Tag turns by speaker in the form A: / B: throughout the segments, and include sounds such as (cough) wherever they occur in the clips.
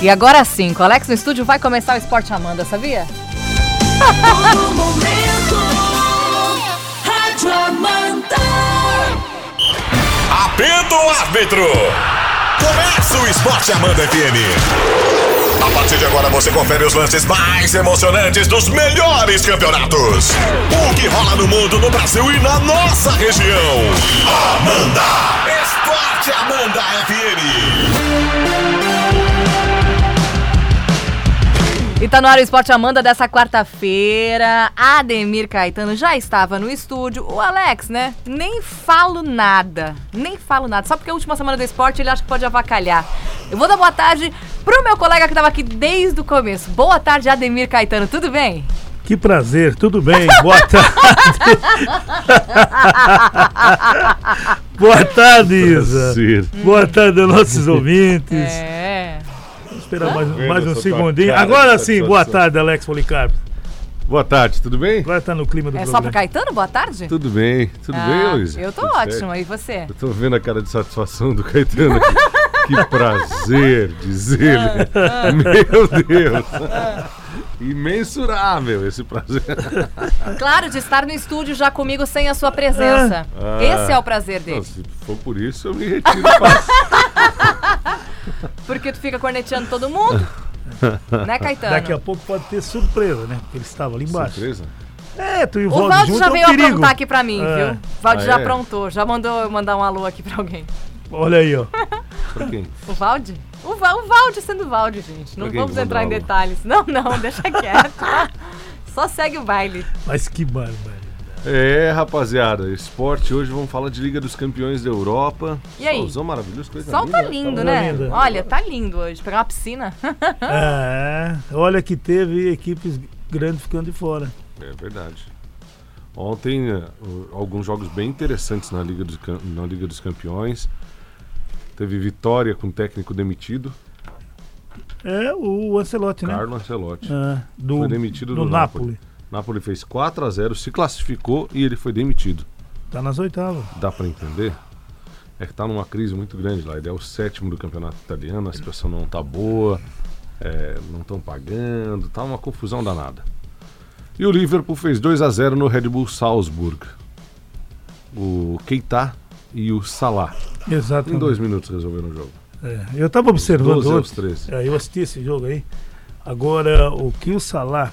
A: E agora sim, com Alex no estúdio vai começar o Esporte Amanda, sabia?
B: Todo momento, Rádio Amanda.
C: Apito o árbitro! Começa o Esporte Amanda FM! A partir de agora você confere os lances mais emocionantes dos melhores campeonatos. O que rola no mundo, no Brasil e na nossa região. Amanda! Esporte Amanda FM!
A: E tá no ar o Esporte Amanda dessa quarta-feira. Ademir Caetano já estava no estúdio. O Alex, né? Nem falo nada. Nem falo nada. Só porque é a última semana do esporte ele acha que pode avacalhar. Eu vou dar boa tarde pro meu colega que tava aqui desde o começo. Boa tarde, Ademir Caetano. Tudo bem?
D: Que prazer, tudo bem? Boa (laughs) tarde. Boa tarde, Isa. Boa tarde aos nossos ouvintes.
A: É.
D: Esperar mais, mais um
E: essa tua
D: segundinho.
E: cara de
D: Agora sim, boa
E: satisfação.
D: tarde, Alex Policarpo.
E: Boa tarde, tudo bem?
D: Agora tá no clima do
A: É só pro
D: programa.
A: Caetano? Boa tarde?
E: Tudo bem, tudo bem,
A: Ah,
E: Luísa?
A: eu tô
E: Tudo certo?
A: ótimo. E você?
E: Eu tô vendo a cara de satisfação do Caetano aqui.
A: (laughs)
E: que prazer dizer.
A: Ah,
E: Meu Deus. Imensurável esse prazer.
A: Claro, de estar no estúdio já comigo sem a sua presença.
E: Ah.
A: Esse é o prazer
E: Não,
A: dele.
E: se for por isso, eu me retiro. Faz-
A: Porque tu fica corneteando todo
E: (laughs)
A: mundo. né, Caetano?
D: Daqui a pouco pode ter surpresa, né? Porque ele estava ali embaixo.
E: Surpresa?
D: É, tu e o
A: O
D: Valdo
A: Valdo
D: junto
A: já
D: é um
A: veio
D: perigo.
A: aprontar aqui pra mim,
D: É.
A: viu? O Valde
E: Ah,
A: já
E: é?
A: aprontou, já mandou eu mandar um alô aqui pra alguém.
D: Olha aí, ó.
E: Pra quem?
A: O Valde? O, Va o Valde sendo o Valde, gente. Não
E: Pra quem
A: vamos
E: que mandou um
A: entrar em
E: alô?
A: detalhes. Não, não, (laughs) deixa quieto. Só segue o baile.
D: Mas que barbaridade.
E: É, rapaziada, esporte hoje vamos falar de Liga dos Campeões da Europa.
A: E aí?
E: Solzão maravilhoso, coisa
A: O sol tá
E: linda.
A: lindo,
D: tá
A: né?
D: lindo.
A: Olha, tá lindo hoje. Pegar uma
D: (laughs)
A: piscina.
D: Ah, olha que teve equipes grandes ficando de fora.
E: É verdade. Ontem, eh, o- alguns jogos bem interessantes na Liga dos, Cam- na Liga dos Campeões. Teve vitória com o técnico demitido,
D: É o Ancelotti, né?
E: Carlo Ancelotti.
D: Ah, do,
E: Foi demitido do
D: Napoli.
E: Napoli. Napoli fez 4 a 0 se classificou e ele foi demitido.
D: Tá nas oitavas.
E: Dá pra entender? É que tá numa crise muito grande lá. Ele é o sétimo do campeonato italiano, a situação não tá boa, eh, não estão pagando, tá uma confusão danada. E o Liverpool fez 2 a 0 no Red Bull Salzburg. O Keita e o Salah.
D: Exato.
E: Em dois minutos resolveram o jogo.
D: É, eu estava observando
E: 12 aos
D: hoje,
E: 13.
D: é, eu assisti esse jogo aí. Agora, o que o Salah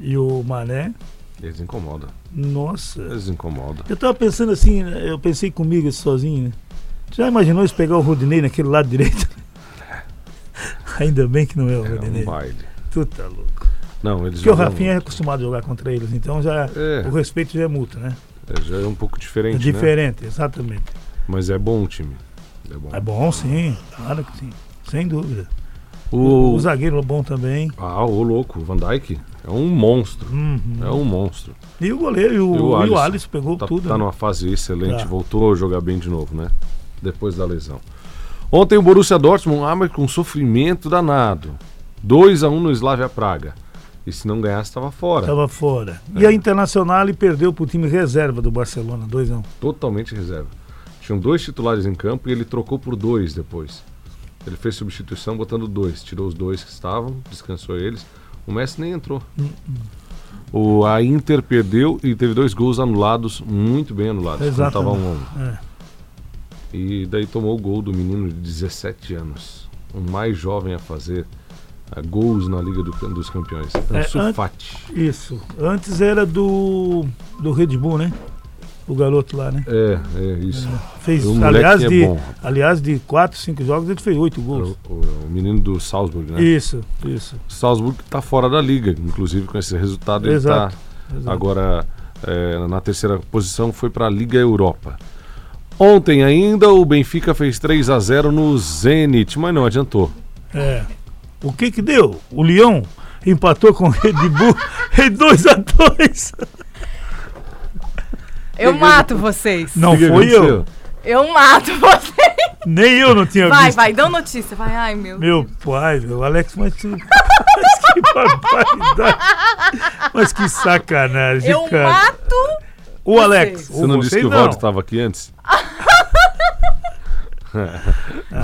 D: e o Mané,
E: Eles incomodam.
D: nossa.
E: Eles incomodam.
D: Eu estava pensando assim, né, eu pensei comigo sozinho, né? Já imaginou se pegar o Rodinei naquele lado direito? (laughs) Ainda bem que não é o
E: É um
D: Rodinei.
E: baile.
D: tu tá louco.
E: Não, eles
D: Porque o
E: jogam-
D: Rafinha é acostumado a jogar contra eles, então já
E: É.
D: o respeito já é mútuo, né?
E: é, já é um pouco
D: É
E: diferente, né?
D: diferente, exatamente.
E: Mas é bom o time. É bom.
D: É bom sim, claro que sim. Sem dúvida.
E: O...
D: O zagueiro é bom também.
E: Ah, ô louco, o Van Dijk é um monstro.
D: Uhum.
E: É um monstro.
D: E o goleiro, e o,
E: E
D: e
E: o
D: o
E: Alisson?
D: Alisson pegou
E: Tá,
D: tudo.
E: tá
D: né?
E: numa fase excelente,
D: Tá.
E: voltou a jogar bem de novo, né? Depois da lesão. Ontem o Borussia Dortmund abre com sofrimento danado. 2 a 1 no Slavia Praga. E se não ganhasse, estava fora.
D: Tava fora.
E: É.
D: E a Internacional ele perdeu pro time reserva do Barcelona, 2 a 1
E: Totalmente reserva. Tinham dois titulares em campo e ele trocou por dois depois. Ele fez substituição botando dois. Tirou os dois que estavam, descansou eles. O Messi nem entrou. O, a Inter perdeu e teve dois gols anulados, muito bem anulados. quando
D: Exatamente.
E: tava um a um.
D: É.
E: E daí tomou o gol do menino de 17 anos. O mais jovem a fazer ah, gols na Liga do- dos Campeões.
D: É,
E: Ansu
D: an-
E: Fati.
D: Isso. Antes era do do Red Bull, né? O garoto lá, né?
E: É, é isso.
D: Fez,
E: O moleque
D: aliás,
E: é
D: de,
E: bom.
D: aliás, de 4, 5 jogos ele fez 8 gols.
E: O, o- o menino do Salzburg, né?
D: Isso, isso.
E: Salzburg está fora da liga, inclusive com esse resultado ele está
D: Exato, exato.
E: agora é, na terceira posição, foi para a Liga Europa. Ontem ainda o Benfica fez 3 a 0 no Zenit, mas não adiantou.
D: É. O que que deu? O Leão empatou com o Red Bull (laughs) em 2 a 2
A: Eu mato vocês.
D: Não
E: O que que
D: foi eu.
E: aconteceu?
A: Eu mato (laughs) vocês.
D: Nem eu não tinha
A: Vai,
D: visto.
A: vai, dão notícia. Vai, ai, meu.
D: Meu pai, meu Alex, mas tu. (laughs) mas que barbaridade. Mas que sacanagem,
A: Eu
D: cara.
A: mato.
D: O Alex.
A: Você
D: ou
E: Você não disse que o tá-
D: não.
E: Valdo estava aqui antes?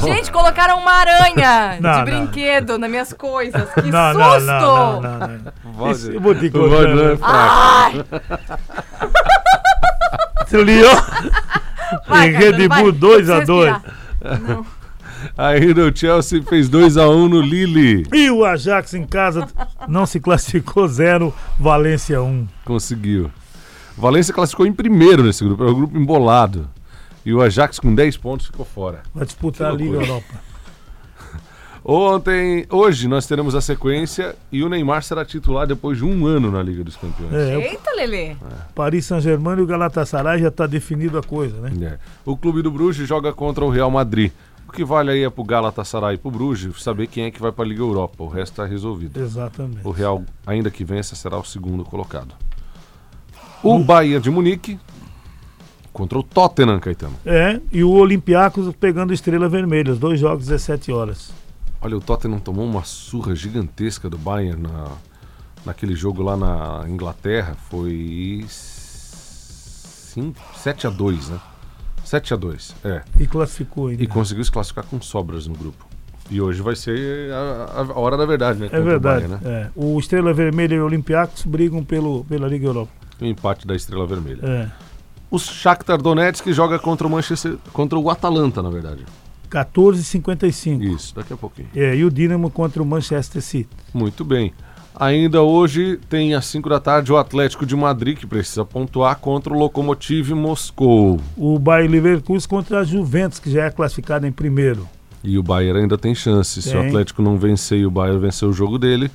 A: Gente, colocaram uma
D: (laughs)
A: aranha
D: Não,
A: de
D: não.
A: brinquedo nas minhas coisas. Que
D: Não,
A: susto!
D: não, não, não, não, não. Esse- eu vou né? te
E: o Wagner é
D: contar.
E: fraco.
D: Trilhão.
A: Vai,
D: Em
A: Caetano,
D: Red
A: vai.
D: Bull 2 a
A: Deixa eu
D: 2.
A: respirar.
E: Ainda o Chelsea fez 2x1 no Lille.
D: E o Ajax em casa não se classificou (laughs) 0, Valência 1.
E: Conseguiu. Valência classificou em primeiro nesse grupo. Era o grupo embolado. E o Ajax com 10 pontos ficou fora.
D: Vai disputar a
E: Que
D: Liga
E: loucura.
D: Europa.
E: Ontem, hoje, nós teremos a sequência e o Neymar será titular depois de um ano na Liga dos Campeões.
D: É, o
A: Eita, Lelê.
D: Paris Saint-Germain e o Galatasaray já tá definido a coisa, né?
E: É. O clube do Bruges joga contra o Real Madrid. O que vale aí é pro Galatasaray e pro Bruges saber quem é que vai pra Liga Europa. O resto tá resolvido.
D: Exatamente.
E: O Real, ainda que vença, será o segundo colocado. O Bahia de Munique contra o Tottenham, Caetano.
D: É, e o Olympiacos pegando Estrela Vermelha, os dois jogos 17 horas.
E: Olha, o Tottenham tomou uma surra gigantesca do Bayern na, naquele jogo lá na Inglaterra. Foi 7 a 2 né? 7 a 2 é.
D: E classificou ainda.
E: E conseguiu se classificar com sobras no grupo. E hoje vai ser a, a hora da verdade, né?
D: É
E: contra o
D: verdade.
E: Bayern, né?
D: é. O Estrela Vermelha e o Olympiacos brigam pelo, pela Liga Europa.
E: O empate da Estrela Vermelha.
D: É.
E: O Shakhtar Donetsk joga contra o Manchester, contra o Atalanta, na verdade.
D: 14h55.
E: Isso, daqui a pouquinho.
D: É, e o Dinamo contra o Manchester City.
E: Muito bem. Ainda hoje tem às 5 da tarde o Atlético de Madrid que precisa pontuar contra o Lokomotiv Moscou.
D: O Bayer Leverkusen contra a Juventus, que já é classificada em primeiro.
E: E o Bayern ainda tem chance. Se o
D: Tem.
E: Atlético não vencer e o Bayern vencer o jogo dele,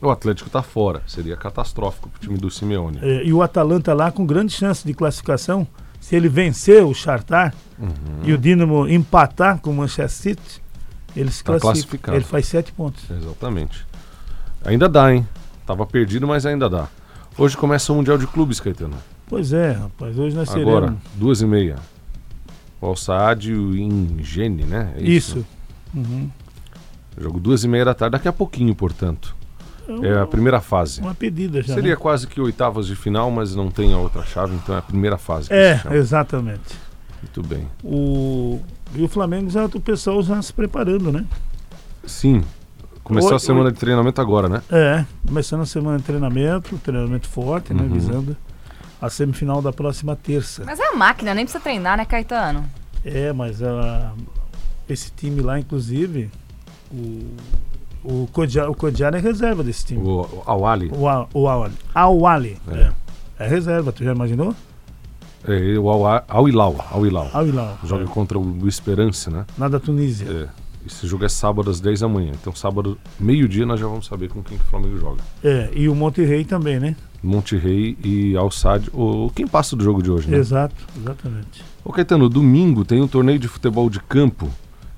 E: o Atlético tá fora. Seria catastrófico pro time do Simeone.
D: É, e o Atalanta lá com grande chance de classificação. Se ele vencer o Chartar
E: Uhum.
D: e o Dinamo empatar com o Manchester City, ele se
E: Tá
D: classifica.
E: classificado.
D: Ele faz sete pontos.
E: Exatamente. Ainda dá, hein? Tava perdido, mas ainda dá. Hoje começa o Mundial de Clubes, Caetano.
D: Pois é, rapaz. Hoje nós
E: Agora,
D: seremos.
E: duas e meia. O Al-Saad e o Ingene, né? É
D: Isso.
E: né? Jogo duas e meia da tarde, daqui a pouquinho, portanto. É a primeira fase.
D: um Uma pedida já.
E: Seria
D: né?
E: quase que oitavas de final, mas não tem a outra chave, então é a primeira fase que se
D: É,
E: chama.
D: exatamente.
E: Muito bem.
D: O... E o Flamengo já, o pessoal já se preparando, né?
E: Sim. Começou
D: Oi,
E: a semana de treinamento agora, né?
D: É, começando a semana de treinamento, treinamento forte,
E: Uhum.
D: né? Visando a semifinal da próxima terça.
A: Mas é a máquina, nem precisa treinar, né, Caetano?
D: É, mas ah, esse time lá, inclusive, o, o, Kodja, o Kodjara é reserva desse time.
E: O, o Awali.
D: O, Al- o Awali. Awali.
E: É.
D: É. é reserva, tu já imaginou?
E: É, o Awa- Awilau. Awilau.
D: Awilal.
E: Joga contra o Esperança, né?
D: Lá da Tunísia.
E: É. Esse jogo é sábado às 10 da manhã. Então, sábado, meio-dia, nós já vamos saber com quem que o Flamengo joga.
D: É. e o Monterrey também, né?
E: Monterrey e Alçade. O quem passa do jogo de hoje, né?
D: Exato, exatamente.
E: Ô Caetano, domingo tem um torneio de futebol de campo.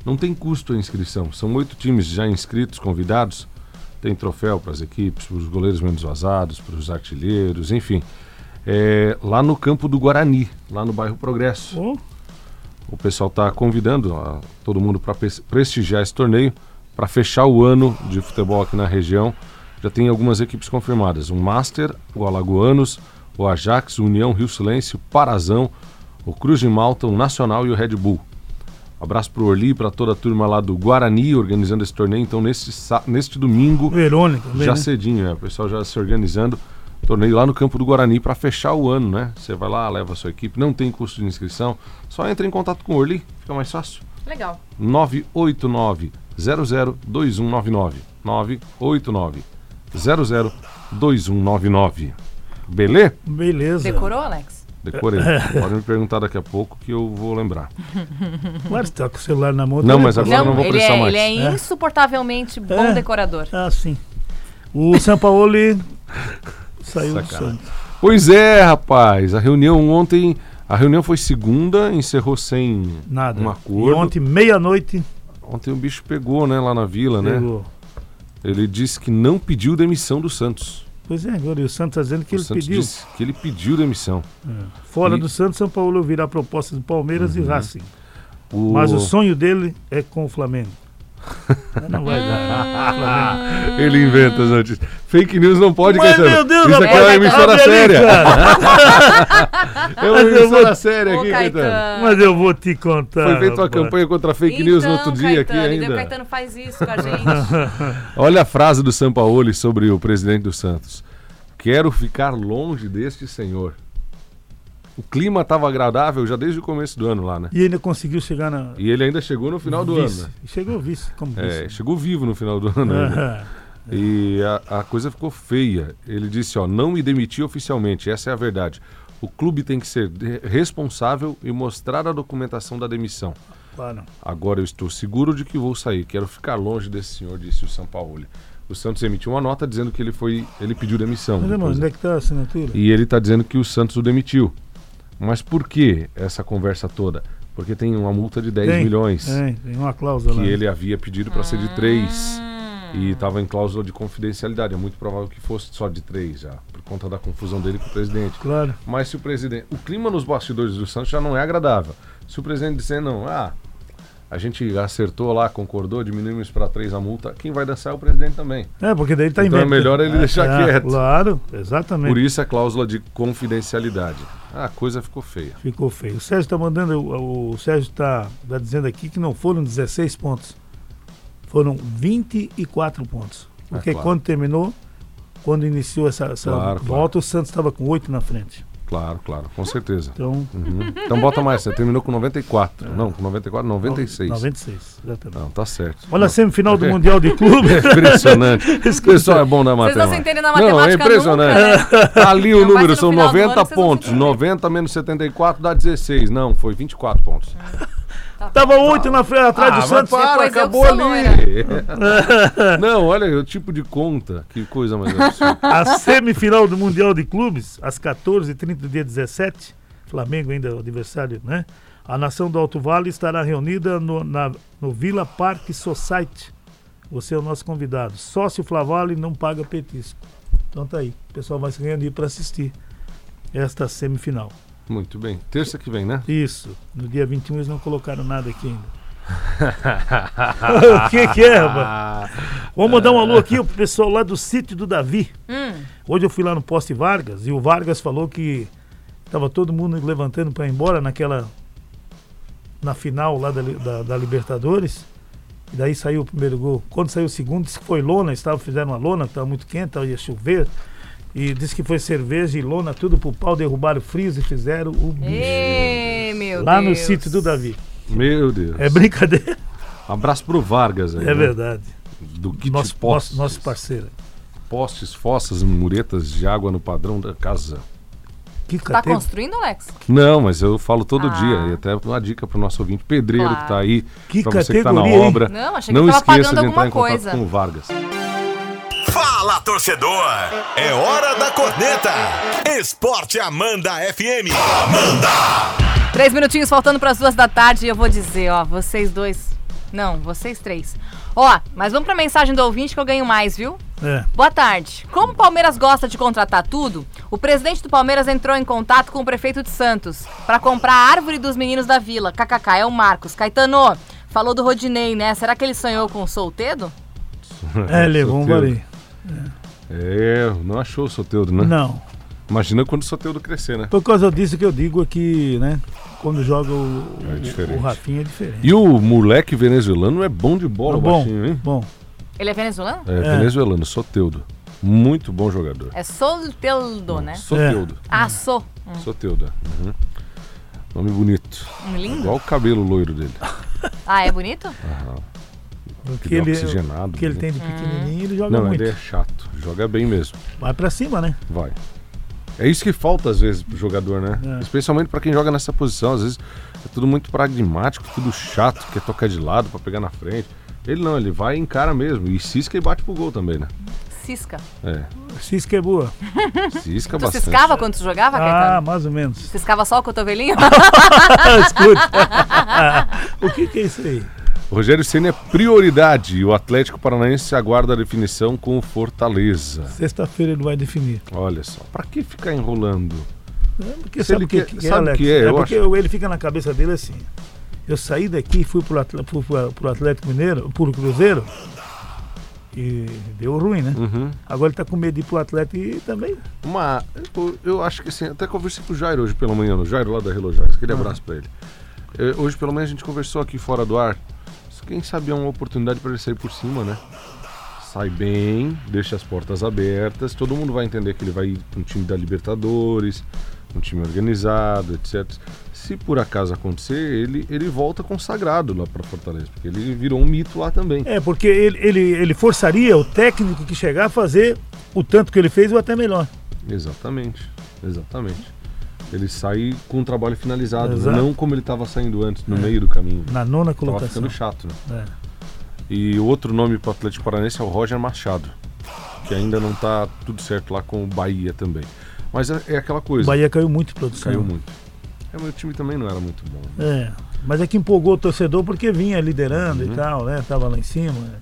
E: Não tem custo a inscrição. São oito times já inscritos, convidados. Tem troféu para as equipes, para os goleiros menos vazados, para os artilheiros, enfim. É, lá no campo do Guarani, lá no bairro Progresso.
D: Ô,
E: O pessoal está convidando a todo mundo para prestigiar esse torneio, para fechar o ano de futebol aqui na região. Já tem algumas equipes confirmadas: o Master, o Alagoanos, o Ajax, o União Rio Silêncio, o Parazão, o Cruz de Malta, o Nacional e o Red Bull. Abraço para o Orli e para toda a turma lá do Guarani organizando esse torneio. Então, neste, sa- neste domingo,
D: Verônica, também,
E: já
D: né?
E: cedinho, é, o pessoal já se organizando. Torneio lá no campo do Guarani para fechar o ano, né? Você vai lá, leva a sua equipe, não tem custo de inscrição, só entra em contato com o Orli, fica mais fácil.
A: Legal.
E: 989 002199 989 002199 Belê?
D: Beleza.
A: Decorou, Alex?
D: (laughs)
E: Decorei. Pode me perguntar daqui a pouco que eu vou lembrar.
D: Claro que tá com o celular na mão.
E: Não,
D: tá
E: mas agora eu não vou
A: ele,
E: prestar
A: é,
E: mais.
A: ele é insuportavelmente bom
D: É.
A: decorador.
D: Ah, sim. O Sampaoli saiu do
E: Sacanagem.
D: Santos.
E: Pois é, rapaz. A reunião ontem. A reunião foi segunda, encerrou sem
D: Nada.
E: um acordo.
D: E ontem, meia-noite,
E: Ontem o bicho pegou, né, lá na vila, né?
D: pegou.
E: Ele disse que não pediu demissão do Santos.
D: Pois é, agora e o Santos tá dizendo que
E: o
D: ele
E: Santos
D: pediu.
E: disse que ele pediu demissão.
D: Fora
E: E-
D: do Santos, São Paulo ouvirá a proposta do Palmeiras e Racing.
E: Uhum. O... (laughs)
D: Mas o sonho dele é com o Flamengo. Não vai Ah, dar. (laughs)
A: Hum,
E: Ele inventa as notícias. Fake news não pode
D: Mas,
E: Caetano.
D: meu Deus,
E: Isso aqui é
D: rapaz,
E: uma emissora
D: abre ali,
E: séria.
D: cara.
E: (laughs) É uma
D: Mas eu
E: emissora
D: vou-
E: séria
A: Ô,
E: aqui, Caetano.
A: Caetano.
D: Mas eu vou te contar.
E: Foi feita uma
D: rapaz.
E: campanha contra a fake news no outro dia aqui
A: Então, Caetano, e daí O
E: ainda.
A: Caetano faz isso com
D: (laughs)
A: a gente.
E: Olha a frase do Sampaoli sobre o presidente do Santos. Quero ficar longe deste senhor. O clima estava agradável já desde o começo do ano lá, né?
D: E ainda conseguiu chegar na.
E: E ele ainda chegou no final do
D: vice.
E: ano. né?
D: Chegou vice, como
E: É,
D: vice.
E: chegou vivo no final do
D: (laughs)
E: ano. ainda.
D: Ah,
E: E a, a coisa ficou feia. Ele disse, ó, não me demiti oficialmente, essa é a verdade. O clube tem que ser de- responsável e mostrar a documentação da demissão.
D: claro.
E: Agora eu estou seguro de que vou sair. Quero ficar longe desse senhor, disse o Sampaoli. O Santos emitiu uma nota dizendo que ele foi, ele pediu demissão.
D: Mas, irmão,
E: Depois-
D: onde é que tá a assinatura?
E: e ele está dizendo que o Santos o demitiu. Mas por que essa conversa toda? Porque tem uma multa de 10 milhões
D: Tem, É. tem uma cláusula
E: que
D: lá.
E: ele havia pedido para ser de 3 e estava em cláusula de confidencialidade. É muito provável que fosse só de 3 já, por conta da confusão dele com o presidente.
D: Claro.
E: Mas se o presidente. O clima nos bastidores do Santos já não é agradável. Se o presidente disser não, ah, a gente acertou lá, concordou, diminuímos para 3 a multa, quem vai dançar é o presidente também.
D: É, porque daí ele tá
E: Então é
D: inventando. é,
E: melhor ele deixar quieto.
D: Claro, exatamente.
E: Por isso a cláusula de confidencialidade. Ah, a coisa ficou feia.
D: Ficou feio. O Sérgio tá mandando, o, o Sérgio tá, tá dizendo aqui que não foram 16 pontos. Foram 24 pontos. Porque
E: Ah, claro.
D: quando terminou, quando iniciou essa, essa
E: Claro,
D: volta,
E: claro.
D: o Santos estava com 8 na frente.
E: Claro, claro, com certeza.
D: Então,
E: Uhum. Então bota mais, você terminou com 94. Não, com 94, 96.
D: 96, exatamente.
E: Não, tá certo.
D: Olha a semifinal
E: (laughs)
D: do
E: É.
D: Mundial de Clube.
E: Impressionante.
A: (laughs)
E: Esse pessoal é bom da matemática.
A: não se entendem na
E: Não, é
A: matemática
E: impressionante. Ali o
A: Não vai
E: número
A: ser no
E: são
A: final do ano
E: 90
A: que vocês vão se
E: pontos.
A: entender.
E: 90 menos 74 dá 16. Não, foi 24 pontos.
D: Tava 8 na frente, atrás do Santos.
A: Depois eu que sou
E: (laughs) Não, olha o tipo de conta. Que coisa mais absurda.
D: A semifinal do Mundial de Clubes, às 14h30 do dia 17, Flamengo ainda é o adversário, né? A nação do Alto Vale estará reunida no, na- no Vila Park Society. Você é o nosso convidado. Sócio Flavale não paga petisco. Então tá aí. O pessoal vai se reunir para assistir esta semifinal.
E: Muito bem. Terça que vem, né?
D: Isso. No dia 21 eles não colocaram nada aqui ainda. o que, que é, rapaz? Vamos mandar um alô aqui pro pessoal lá do sítio do Davi. Hoje eu fui lá no poste Vargas e o Vargas falou que tava todo mundo levantando para ir embora naquela. na final lá da, Li- da- da Libertadores. E daí saiu o primeiro gol. Quando saiu o segundo, disse que foi lona, eles tavam- fizeram uma lona, que estava muito quente, tava- ia chover. E disse que foi cerveja e lona, tudo pro pau, derrubaram o freezer e fizeram o bicho.
A: Ê, meu
D: Lá no
A: Deus.
D: sítio do Davi.
E: Meu Deus.
D: É
E: (laughs)
D: brincadeira.
E: Abraço pro Vargas aí.
D: É
E: né?
D: verdade.
E: Do Kit
D: Nosso,
E: Postes.
D: nosso, nosso parceiro.
E: Postes, fossas, muretas de água no padrão da casa.
D: Que
A: Tá
D: catete-
A: construindo, Alex?
E: Não, mas eu falo todo
A: Ah.
E: dia. E até uma dica pro nosso ouvinte pedreiro
A: Claro.
E: que tá aí,
D: Que
E: pra você que tá na
D: categoria, hein?
E: obra.
A: Não, achei que
E: não
A: tava
E: esqueça
A: pagando
E: de entrar
A: alguma
E: em contato
A: coisa.
E: com o Vargas.
C: Fala, torcedor! É hora da corneta! Esporte Amanda FM!
A: Três minutinhos faltando para as duas da tarde e eu vou dizer, ó, vocês dois. Não, vocês três. Ó, mas vamos pra mensagem do ouvinte que eu ganho mais, viu?
D: É.
A: Boa tarde. Como o Palmeiras gosta de contratar tudo, o presidente do Palmeiras entrou em contato com o prefeito de Santos para comprar a árvore dos meninos da vila. KKK, é o Marcos. Caetano, falou do Rodinei, né? Será que ele sonhou com o soltedo?
D: É, levou um
E: Solteiro.
D: varinho.
E: É, não achou o Soteudo, né?
D: Não.
E: Imagina quando o Soteudo crescer, né?
D: Por causa disso que eu digo é que, né? Quando joga o,
E: É diferente.
D: o, o Rafinha é diferente.
E: E o moleque venezuelano é bom de bola,
D: Tá
E: o
D: bom,
E: baixinho, hein?
D: bom.
A: Ele é venezuelano?
E: É, venezuelano, Soteudo. Muito bom jogador.
A: É solteudo, né?
E: Soteudo.
A: Ah, sou.
E: Soteudo. é. Uhum. Nome bonito.
A: Hum, lindo.
E: Igual o cabelo loiro dele.
A: Ah, é bonito?
D: O que,
E: Que ele
D: ele,
E: é oxigenado,
D: o que ele
E: né?
D: tem de pequenininho,
A: Hum.
D: ele joga
E: Não,
D: muito.
E: ele é chato. Joga bem mesmo.
D: Vai pra cima, né?
E: Vai. É isso que falta às vezes pro jogador, né?
D: É.
E: Especialmente pra quem joga nessa posição. Às vezes é tudo muito pragmático, tudo chato, quer tocar de lado pra pegar na frente. Ele não, ele vai e encara mesmo. E cisca e bate pro gol também, né?
A: Cisca.
E: É.
D: Cisca é boa.
E: Cisca
A: Tu
E: bastante.
A: ciscava quando tu jogava,
D: Ah,
A: Caetano?
D: mais ou menos. (laughs)
A: Ciscava só o cotovelinho?
D: Ah, escuta. (laughs) o que, que é isso aí?
E: O Rogério Senna é prioridade. E o Atlético Paranaense aguarda a definição com o Fortaleza.
D: Sexta-feira ele vai definir.
E: Olha só. Pra que ficar enrolando?
D: É Porque
E: Se
D: sabe
E: ele
D: o que,
E: quer-
D: que é,
E: sabe o
D: Alex?
E: que é, eu
D: porque
E: acho.
D: ele fica na cabeça dele assim. Eu saí daqui e fui pro, Atl fui pro- pro Atlético Mineiro, pro Cruzeiro. E deu ruim, né?
E: Uhum.
D: Agora ele tá com medo de ir pro Atlético e também.
E: Uma, eu, eu acho que assim, até conversei com o Jairo hoje pela manhã, o Jairo lá da Relojás, aquele abraço pra ele. É, hoje pela manhã a gente conversou aqui fora do ar. Isso, Quem sabe é uma oportunidade pra ele sair por cima, né? Sai bem, deixa as portas abertas, todo mundo vai entender que ele vai ir pra um time da Libertadores, um time organizado, etc. Se por acaso acontecer, ele, ele volta consagrado lá pra Fortaleza, porque ele virou um mito lá também.
D: É, porque ele, ele, ele forçaria o técnico que chegar a fazer o tanto que ele fez ou até melhor.
E: Exatamente, exatamente. Ele sai com o trabalho finalizado,
D: Exato. É.
E: não como ele estava saindo antes, no meio do caminho.
D: Na nona
E: Tava
D: colocação.
E: ficando chato, né?
D: É.
E: E outro nome para Atlético Paranense é o Roger Machado, que ainda não tá tudo certo lá com o Bahia também. Mas é, é aquela
D: O
E: coisa,
D: Bahia caiu muito em produção.
E: caiu muito. É, meu time também não era muito bom. né?
D: É. Mas é que empolgou o torcedor porque vinha liderando
E: Uhum.
D: e tal, né? Tava lá em cima. né?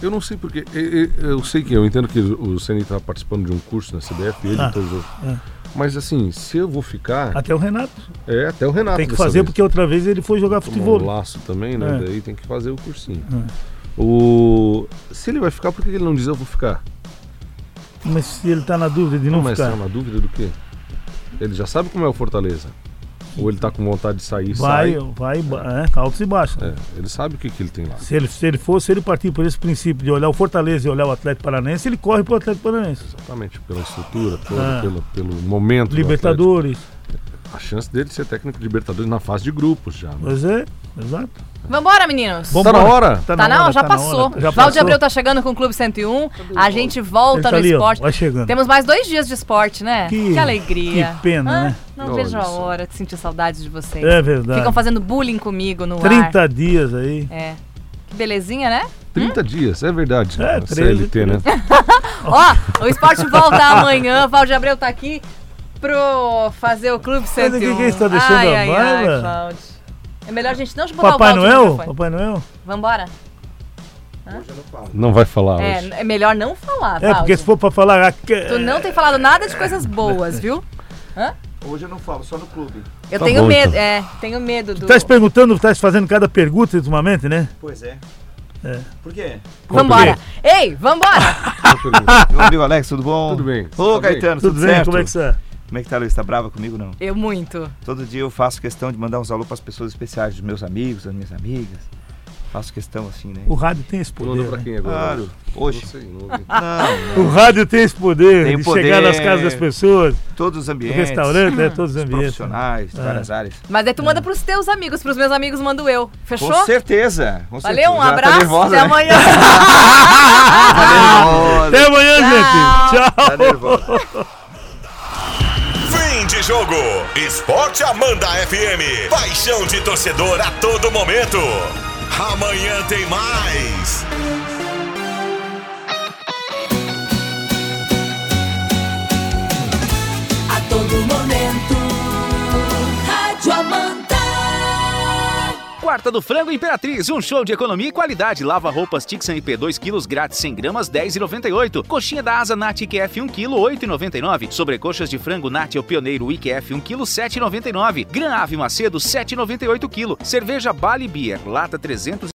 E: Eu não sei porque. Eu, eu sei que eu entendo que o Ceni tá participando de um curso na CBF, ele
D: Ah,
E: e todos os outros.
D: é.
E: Mas assim, se eu vou ficar,
D: Até o Renato.
E: é até o Renato.
D: Tem que
E: dessa
D: fazer
E: vez.
D: porque outra vez ele foi jogar
E: tomar um
D: futebol.
E: laço também, né?
D: É.
E: Daí tem que fazer o cursinho. O... Se ele vai ficar, por que ele não diz eu vou ficar?
D: Mas se ele tá na dúvida de não,
E: mas
D: ficar.
E: tá na dúvida do quê? Ele já sabe como é o Fortaleza. Ou ele tá com vontade de sair,
D: Vai,
E: sai.
D: vai, ba- é, altos e baixos. né?
E: É, ele sabe o que, que ele tem lá.
D: Se ele, se ele for, se ele partir por esse princípio de olhar o Fortaleza e olhar o Atlético Paranense, ele corre pro Atlético Paranense.
E: Exatamente, pela estrutura, toda,
D: É.
E: pelo, pelo momento. do
D: Libertadores.
E: Atlético. A chance dele ser técnico de Libertadores na fase de grupos já. Né?
D: Pois é, exato.
A: Vambora, meninos!
E: Tá na hora?
A: Tá não, já,
D: tá na
A: passou.
D: hora, já
A: Valde
D: passou.
A: Abreu tá chegando com o Clube 101. A gente volta
D: Ele tá
A: no
D: ali, ó,
A: esporte.
D: vai chegando.
A: Temos mais dois dias de esporte, né?
D: Que-
A: alegria.
D: que pena,
A: Ah,
D: né?
A: Não
E: Olha
A: vejo a
E: só.
A: hora de sentir saudades de vocês.
D: É verdade.
A: Ficam fazendo bullying comigo no ar.
D: 30 dias aí.
A: É. Que belezinha, né?
E: 30 dias, é verdade.
D: Hum? É,
E: A
D: 13,
E: CLT, né?
A: Ó, o
D: (laughs)
A: esporte volta amanhã. Valde Abreu tá aqui pro fazer o Clube 101.
D: Mas o que que você tá deixando
A: ai,
D: a
A: ai, ai,
D: bala?
A: Valde. É melhor a gente não botar
D: Papai
A: o Valde no
D: Noel?
A: microfone.
D: Papai Noel? É,
A: Vambora?
E: Não vai falar
A: É,
E: hoje.
A: é melhor não falar,
D: É, porque
A: Valde.
D: se for pra falar. ah, que-
A: Tu não tem falado nada de coisas boas, viu?
F: Hoje eu não falo, só no clube.
A: Eu
E: Tá
A: tenho
E: bom,
A: medo,
E: então.
A: é, tenho medo do.
D: Tá se perguntando, tá se fazendo cada pergunta ultimamente, né?
E: Tá
F: Pois é.
D: É.
F: Por quê?
A: Vambora! Ei, vambora!
F: Meu amigo Alex, tudo bom?
E: Tudo bem.
F: Ô,
E: Tudo bem?
F: Caetano,
D: Tudo,
F: tudo,
D: bem?
F: certo?
D: Como é que tá?
F: Como é que tá, Luiz? Tá brava comigo, não?
A: Eu muito.
F: Todo dia eu faço questão de mandar uns alô pras pessoas especiais, dos meus amigos, das minhas amigas. Faço questão assim, né?
D: O rádio tem esse
E: Manda
D: poder.
E: pra
D: né?
E: quem agora?
F: Claro.
E: Não
F: Hoje,
E: sei, não ouvi.
F: não,
D: O rádio tem esse poder
F: Tem
D: de
F: poder.
D: chegar nas casas das pessoas,
F: todos os
D: no
F: ambientes.
D: restaurante, né? Todos os
F: os
D: ambientes.
F: profissionais, de
D: É.
F: várias áreas.
A: Mas aí tu manda pros teus amigos, pros meus amigos mando eu. Fechou?
F: Com certeza. Com certeza.
A: Valeu, um
F: Já tá
A: abraço,
F: nervosa,
A: até
F: né?
A: amanhã.
F: (laughs) Tá
D: Até
F: nervosa.
D: amanhã, gente. Tchau.
F: Tá nervosa.
C: Fim de jogo. Esporte Amanda FM. Paixão de torcedor a todo momento. Amanhã tem mais.
B: A todo momento, Rádio Amanda.
G: Quarta do Frango Imperatriz, um show de economia e qualidade. Lava roupas Tixan IP 2 kg grátis 100 gramas 10,98. Coxinha da Asa Nat IQF 1 kg 8,99. Sobrecoxas de frango Nat o Pioneiro IQF 1 kg 7,99. Gran Ave Macedo 7,98 kg. Cerveja Bali Beer lata 300